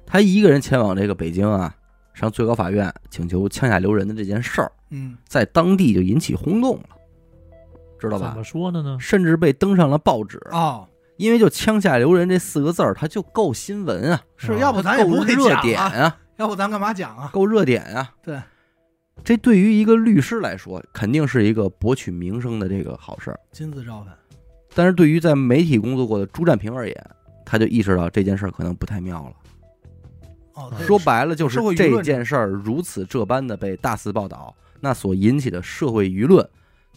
A: 他一个人前往这个北京啊，上最高法院请求枪下留人的这件事儿，
C: 嗯，
A: 在当地就引起轰动了，知道
B: 怎
A: 吧
B: 么？说的呢？
A: 甚至被登上了报纸，
C: 哦，
A: 因为就“枪下留人”这四个字儿，它就够新闻啊，
C: 是
B: 嗯
C: 要不咱也
A: 够
C: 不会
A: 热
C: 讲
A: 点
C: 啊，
A: 啊，
C: 要不咱干嘛讲啊？
A: 够热点啊。
C: 对，
A: 这对于一个律师来说，肯定是一个博取名声的这个好事儿。
C: 金字招牌。
A: 但是对于在媒体工作过的朱占平而言，他就意识到这件事儿可能不太妙了。
C: 哦，对
A: 说白了就是
C: 社会舆
A: 这
C: 论
A: 件事儿如此这般的被大肆报道，那所引起的社会舆论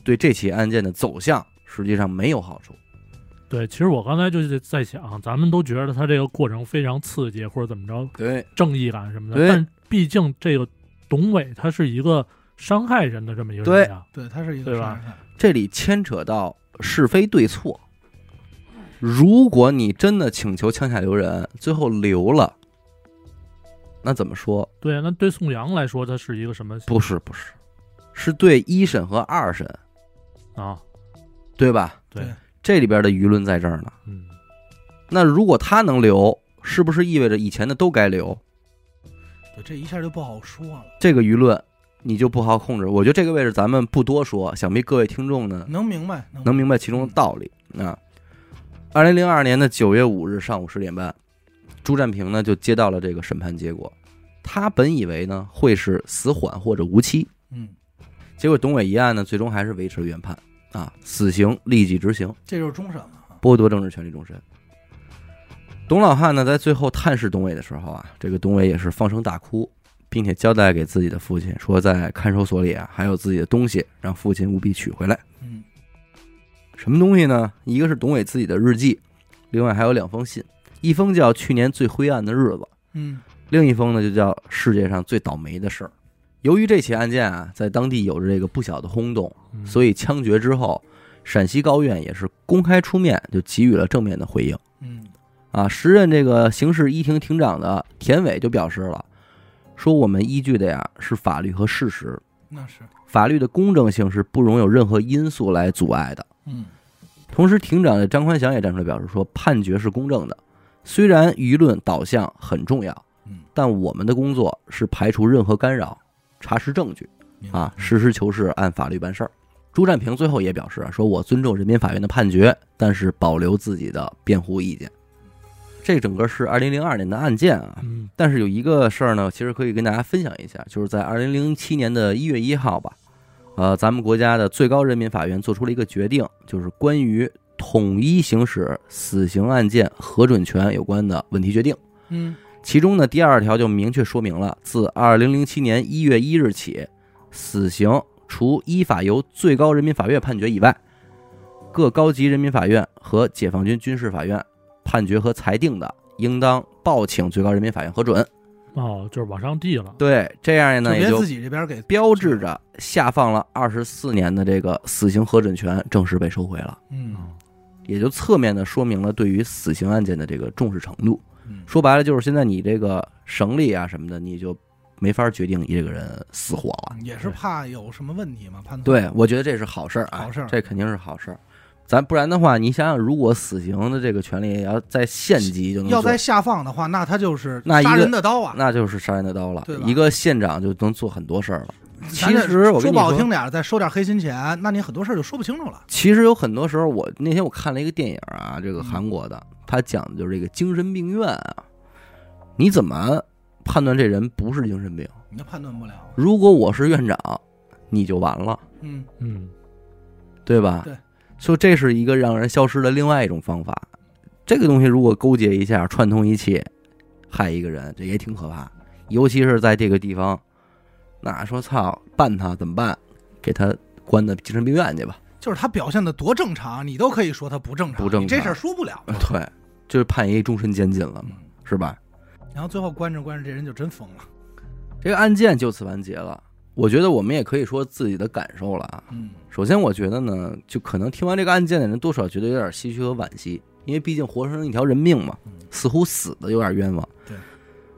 A: 对这起案件的走向实际上没有好处。
B: 对，其实我刚才就是在想，咱们都觉得他这个过程非常刺激，或者怎么着，
A: 对，
B: 正义感什么
A: 对
B: 的。但毕竟这个董伟他是一个伤害人的这么一个
A: 对
B: 人呀，啊
C: 对，他是一个
B: 对
C: 杀
B: 吧
C: 人犯。
A: 这里牵扯到是非对错。如果你真的请求枪下留人，最后留了，那怎么说？
B: 对，那对宋阳来说，他是一个什么
A: 不是不是，是对一审和二审，
B: 啊？
A: 对吧？
B: 对，
A: 这里边的舆论在这儿呢。
B: 嗯，
A: 那如果他能留，是不是意味着以前的都该留？
C: 对，这一下就不好说了，
A: 这个舆论你就不好控制。我觉得这个位置咱们不多说，想必各位听众呢
C: 能明白？能
A: 能明白其中的道理啊。二零零二年的九月五日上午十点半，朱占平呢就接到了这个审判结果。他本以为呢会是死缓或者无期，
C: 嗯，
A: 结果董伟一案呢最终还是维持了原判啊，死刑立即执行。
C: 这就是终审了啊。
A: 剥夺政治权利终身。董老汉呢，在最后探视董伟的时候啊，这个董伟也是放声大哭，并且交代给自己的父亲说，在看守所里啊还有自己的东西，让父亲务必取回来。
C: 嗯
A: 什么东西呢？一个是董伟自己的日记，另外还有两封信，一封叫《去年最灰暗的日子》，
C: 嗯
A: 另一封呢就叫《世界上最倒霉的事儿》。由于这起案件啊，在当地有着这个不小的轰动，所
B: 以
A: 以枪决之后，陕西高院也是公开出面就给予了正面的回应
C: 嗯
A: 啊。时任这个刑事一庭庭长的田伟就表示了，说我们依据的呀是法律和事实，
C: 那是
A: 法律的公正性是不容有任何因素来阻碍的。
C: 嗯
A: 同时，庭长的张宽祥也站出来表示说，判决是公正的，虽然舆论导向很重要
C: 嗯，
A: 但我们的工作是排除任何干扰，查实证据
C: 明白嗯
A: 啊，实事求是，按法律办事儿。朱占平最后也表示啊，说我尊重人民法院的判决，但是保留自己的辩护意见。这整个是二零零二年的案件啊，
B: 嗯
A: 但是有一个事儿呢，其实可以跟大家分享一下，就是在二零零七年的一月一号吧，呃，咱们国家的最高人民法院做出了一个决定，就是关于统一行使死刑案件核准权有关的问题决定。
C: 嗯
A: 其中呢，第二条就明确说明了，自二零零七年一月一日起，死刑除依法由最高人民法院判决以外，各高级人民法院和解放军军事法院判决和裁定的，应当报请最高人民法院核准。
B: 哦，就是往上递了，
A: 对，这样
C: 就
A: 呢也
C: 别
A: 就
C: 自己这边给
A: 标志着下放了二十四年的这个死刑核准权正式被收回了，
B: 啊
C: 嗯
A: 也就侧面的说明了对于死刑案件的这个重视程度。
C: 嗯
A: 说白了就是现在你这个省里啊什么的，你就没法决定你这个人死活了。
C: 也是怕有什么问题嘛，判断
A: 对，我觉得这是好事儿啊，
C: 好事儿
A: 这肯定是好事儿。咱不然的话，你想想，如果死刑的这个权利也要在县级就能
C: 要
A: 做
C: 在下放的话，那他就是
A: 那一个
C: 杀人的刀啊。
A: 那就是杀人的刀了
C: 对吧。
A: 一个县长就能做很多事儿了。
C: 咱
A: 其
C: 这
A: 实我跟你
C: 说不好听点儿，再收点黑心钱，那你很多事儿就说不清楚了。
A: 其实有很多时候我，那天我看了一个电影啊，这个韩国的，他讲的就是这个精神病院啊，你怎么判断这人不是精神病？
C: 你都判断不了。
A: 如果我是院长，你就完了，
C: 嗯，
B: 嗯，
A: 对吧？
C: 对，
A: 所以这是一个让人消失的另外一种方法。这个东西如果勾结一下，串通一气，害一个人，这也挺可怕。尤其是在这个地方，那说操，办他怎么办？给他关到精神病院去吧。
C: 就是他表现的多正常，你都可以说他不正常，
A: 不正常
C: 你这事儿说不了。
A: 对，就是判一终身监禁了嘛，
C: 嗯
A: 是吧？
C: 然后最后关着关着，这人就真疯了。
A: 这个案件就此完结了。我觉得我们也可以说自己的感受了啊。
C: 嗯，
A: 首先，我觉得呢，就可能听完这个案件的人，多少觉得有点唏嘘和惋惜，因为毕竟活生生一条人命嘛
C: 嗯，
A: 似乎死的有点冤枉。
C: 对，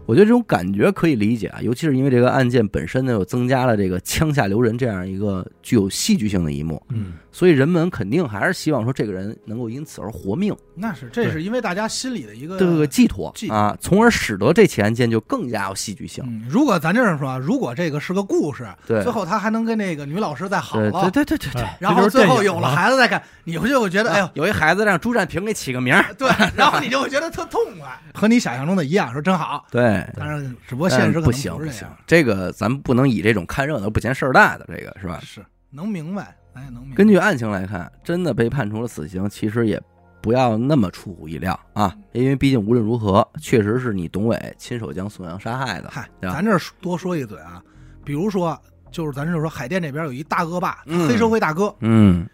A: 我觉得这种感觉可以理解啊，尤其是因为这个案件本身呢，又增加了这个枪下留人这样一个具有戏剧性的一幕，
B: 嗯，
A: 所以人们肯定还是希望说这个人能够因此而活命，
C: 那是，这是因为大家心里的一个
A: 这个寄托
C: 寄托
A: 啊，从而使得这起案件就更加有戏剧性。
C: 嗯，如果咱这样说啊，如果这个是个故事，
A: 对
C: 最后他还能跟那个女老师再好
A: 对
C: 了，
A: 对对对对对。
B: 哎
C: 然
B: 这
C: 后
B: 就是
C: 最
B: 电影
C: 后有了
B: 啊
C: 孩子再看，你会就会觉得，哎呦 [LAUGHS]
A: 啊，有一孩子让朱占平给起个名儿，
C: 对，然后你就会觉得特痛快，和你想象中的一样，说真好。
A: 对，
C: 当然，只不过现实可能
A: 嗯不行
C: 是
A: 不
C: 这
A: 行
C: 样，，
A: 这个咱们不能以这种看热闹不嫌事儿大的这个是吧？
C: 是能明白，咱也能明白。
A: 根据案情来看，真的被判处了死刑，其实也不要那么出乎意料啊，因为毕竟无论如何，确实是你董伟亲手将宋阳杀害的。
C: 嗨，
A: 对吧啊
C: 咱这儿多说一嘴啊，比如说，就是咱这儿说海淀这边有一大恶霸，
A: 嗯
C: 黑社会大哥，
A: 嗯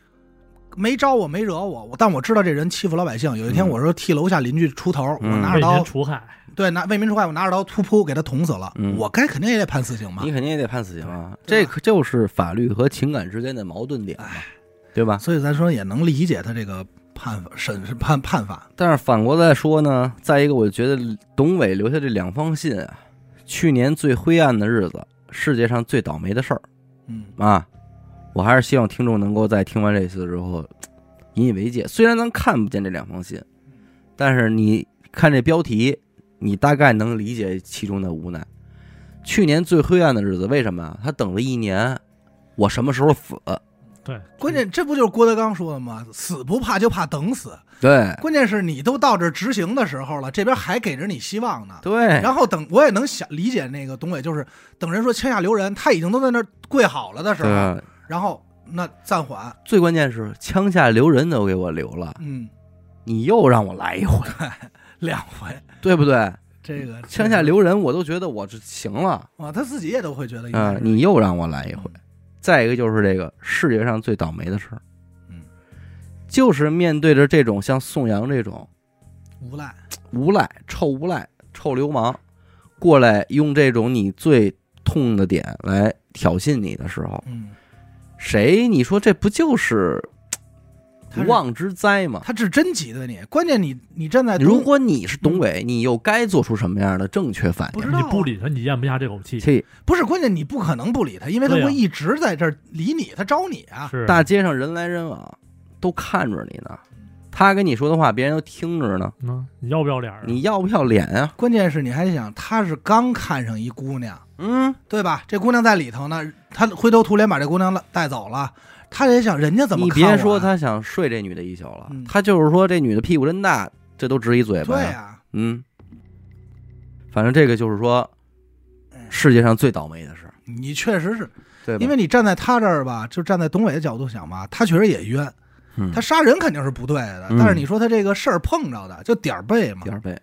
C: 没招我，没惹我，我但我知道这人欺负老百姓。有一天，
A: 嗯
C: 我说替楼下邻居出头，我
A: 嗯
C: 拿着
B: 为
C: 刀
B: 民，除害，
C: 对，拿为民除害，我拿着刀突扑给他捅死了，
A: 嗯
C: 我该肯定也得判死刑吧
A: 你。肯定也得判死刑啊，
C: 对
A: 这
C: 对吧
A: 可就是法律和情感之间的矛盾点嘛，对吧？
C: 所以咱说也能理解他这个判法审判判法，
A: 但是反过来说呢，再一个，我觉得董伟留下这两封信啊，去年最灰暗的日子，世界上最倒霉的事儿。
C: 嗯，
A: 啊，我还是希望听众能够在听完这次之后嘖引以为戒。虽然咱看不见这两封信，但是你看这标题，你大概能理解其中的无奈。去年最灰暗的日子，为什么啊？他等了一年，我什么时候死？
B: 对，
C: 关键这不就是郭德纲说的吗？死不怕就怕等死。
A: 对
C: 关键是你都到这执行的时候了，这边还给着你希望呢。
A: 对，
C: 然后等我也能想理解那个董伟，就是等人说枪下留人，他已经都在那儿跪好了的时候，
A: 对，啊
C: 然后那暂缓，
A: 最关键是枪下留人都给我留了，
C: 嗯，
A: 你又让我来一回，
C: 两回，
A: 对不对？
C: 这个
A: 乡下留人，我都觉得我这行了
C: 啊，他自己也都会觉得应该
A: 啊、
C: 是
A: 你又让我来一回。再一个就是这个世界上最倒霉的事儿，
C: 嗯，
A: 就是面对着这种像宋阳这种
C: 无赖，
A: 无赖、臭无赖、臭流氓过来，用这种你最痛的点来挑衅你的时候，
C: 嗯，
A: 谁你说这不就是
C: 他
A: 无
C: 是
A: 妄之灾吗？
C: 他只真挤兑你，关键你你站在
A: 如
C: 东
A: 果你是董
C: 嗯
A: 伟，你又该做出什么样的正确反
C: 不
A: 应？
C: 知道
B: 你
C: 啊
B: 不理他，你咽不下这口气。
A: 气，
C: 不是关键，你不可能不理他，因为他
B: 对啊
C: 会一直在这儿理你，他招你啊，
B: 是，
A: 大街上人来人往，都看着你呢。
C: 嗯
A: 他跟你说的话，别人都听着呢。
B: 嗯，你要不要脸儿啊？
A: 你要不要脸啊？
C: 关键是你还想他是刚看上一姑娘。
A: 嗯，
C: 对吧？这姑娘在里头呢，他灰头土脸把这姑娘带走了，他也想人家怎么
A: 你
C: 看我啊
A: 别说他想睡这女的一宿了，
C: 嗯
A: 他就是说这女的屁股真大，这都值一嘴巴
C: 对啊
A: 呀。
C: 呀、
A: 嗯，反正这个就是说
C: 嗯
A: 世界上最倒霉的事儿，
C: 你确实是
A: 对吧？
C: 因为你站在他这儿吧，就站在董伟的角度想吧，他确实也冤，
A: 嗯
C: 他杀人肯定是不对的，
A: 嗯
C: 但是你说他这个事儿碰着的就点儿背嘛
A: 第，二倍。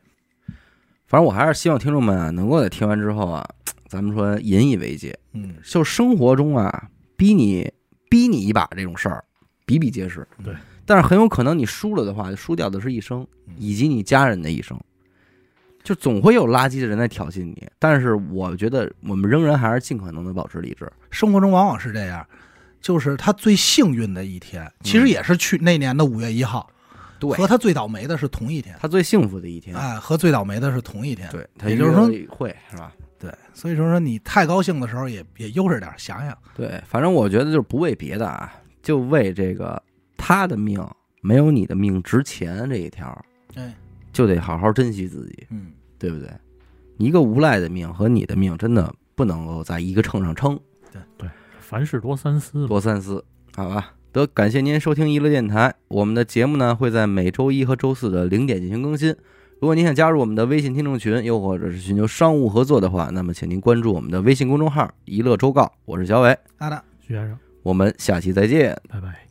A: 反正我还是希望听众们啊，能够在听完之后啊，咱们说引以为戒。
C: 嗯，
A: 就生活中啊，逼你逼你一把这种事儿，比比皆是。
B: 对，
A: 但是很有可能你输了的话，输掉的是一生
C: 嗯，
A: 以及你家人的一生。就总会有垃圾的人在挑衅你，但是我觉得我们仍然还是尽可能的保持理智。
C: 生活中往往是这样，就是他最幸运的一天，其实也是去那年的五月一号，
A: 嗯对
C: 和他最倒霉的是同一天，
A: 他最幸福的一天，
C: 哎，和最倒霉的是同一天，
A: 对他
C: 也就是说
A: 约会是吧？
C: 对，所以说说你太高兴的时候也也悠着点儿，想想，
A: 对，反正我觉得就是不为别的啊，就为这个他的命没有你的命值钱这一条，
C: 哎，
A: 就得好好珍惜自己。
C: 嗯。
A: 对不对？一个无赖的命和你的命真的不能够在一个秤上称，
B: 凡事多三思嘛。
A: 多三思，好吧？得感谢您收听娱乐电台，我们的节目呢会在每周一和周四的零点进行更新。如果您想加入我们的微信听众群，又或者是寻求商务合作的话，那么请您关注我们的微信公众号“娱乐周告”，我是小伟，
C: 好的，
B: 徐先生，
A: 我们下期再见。
B: 拜拜。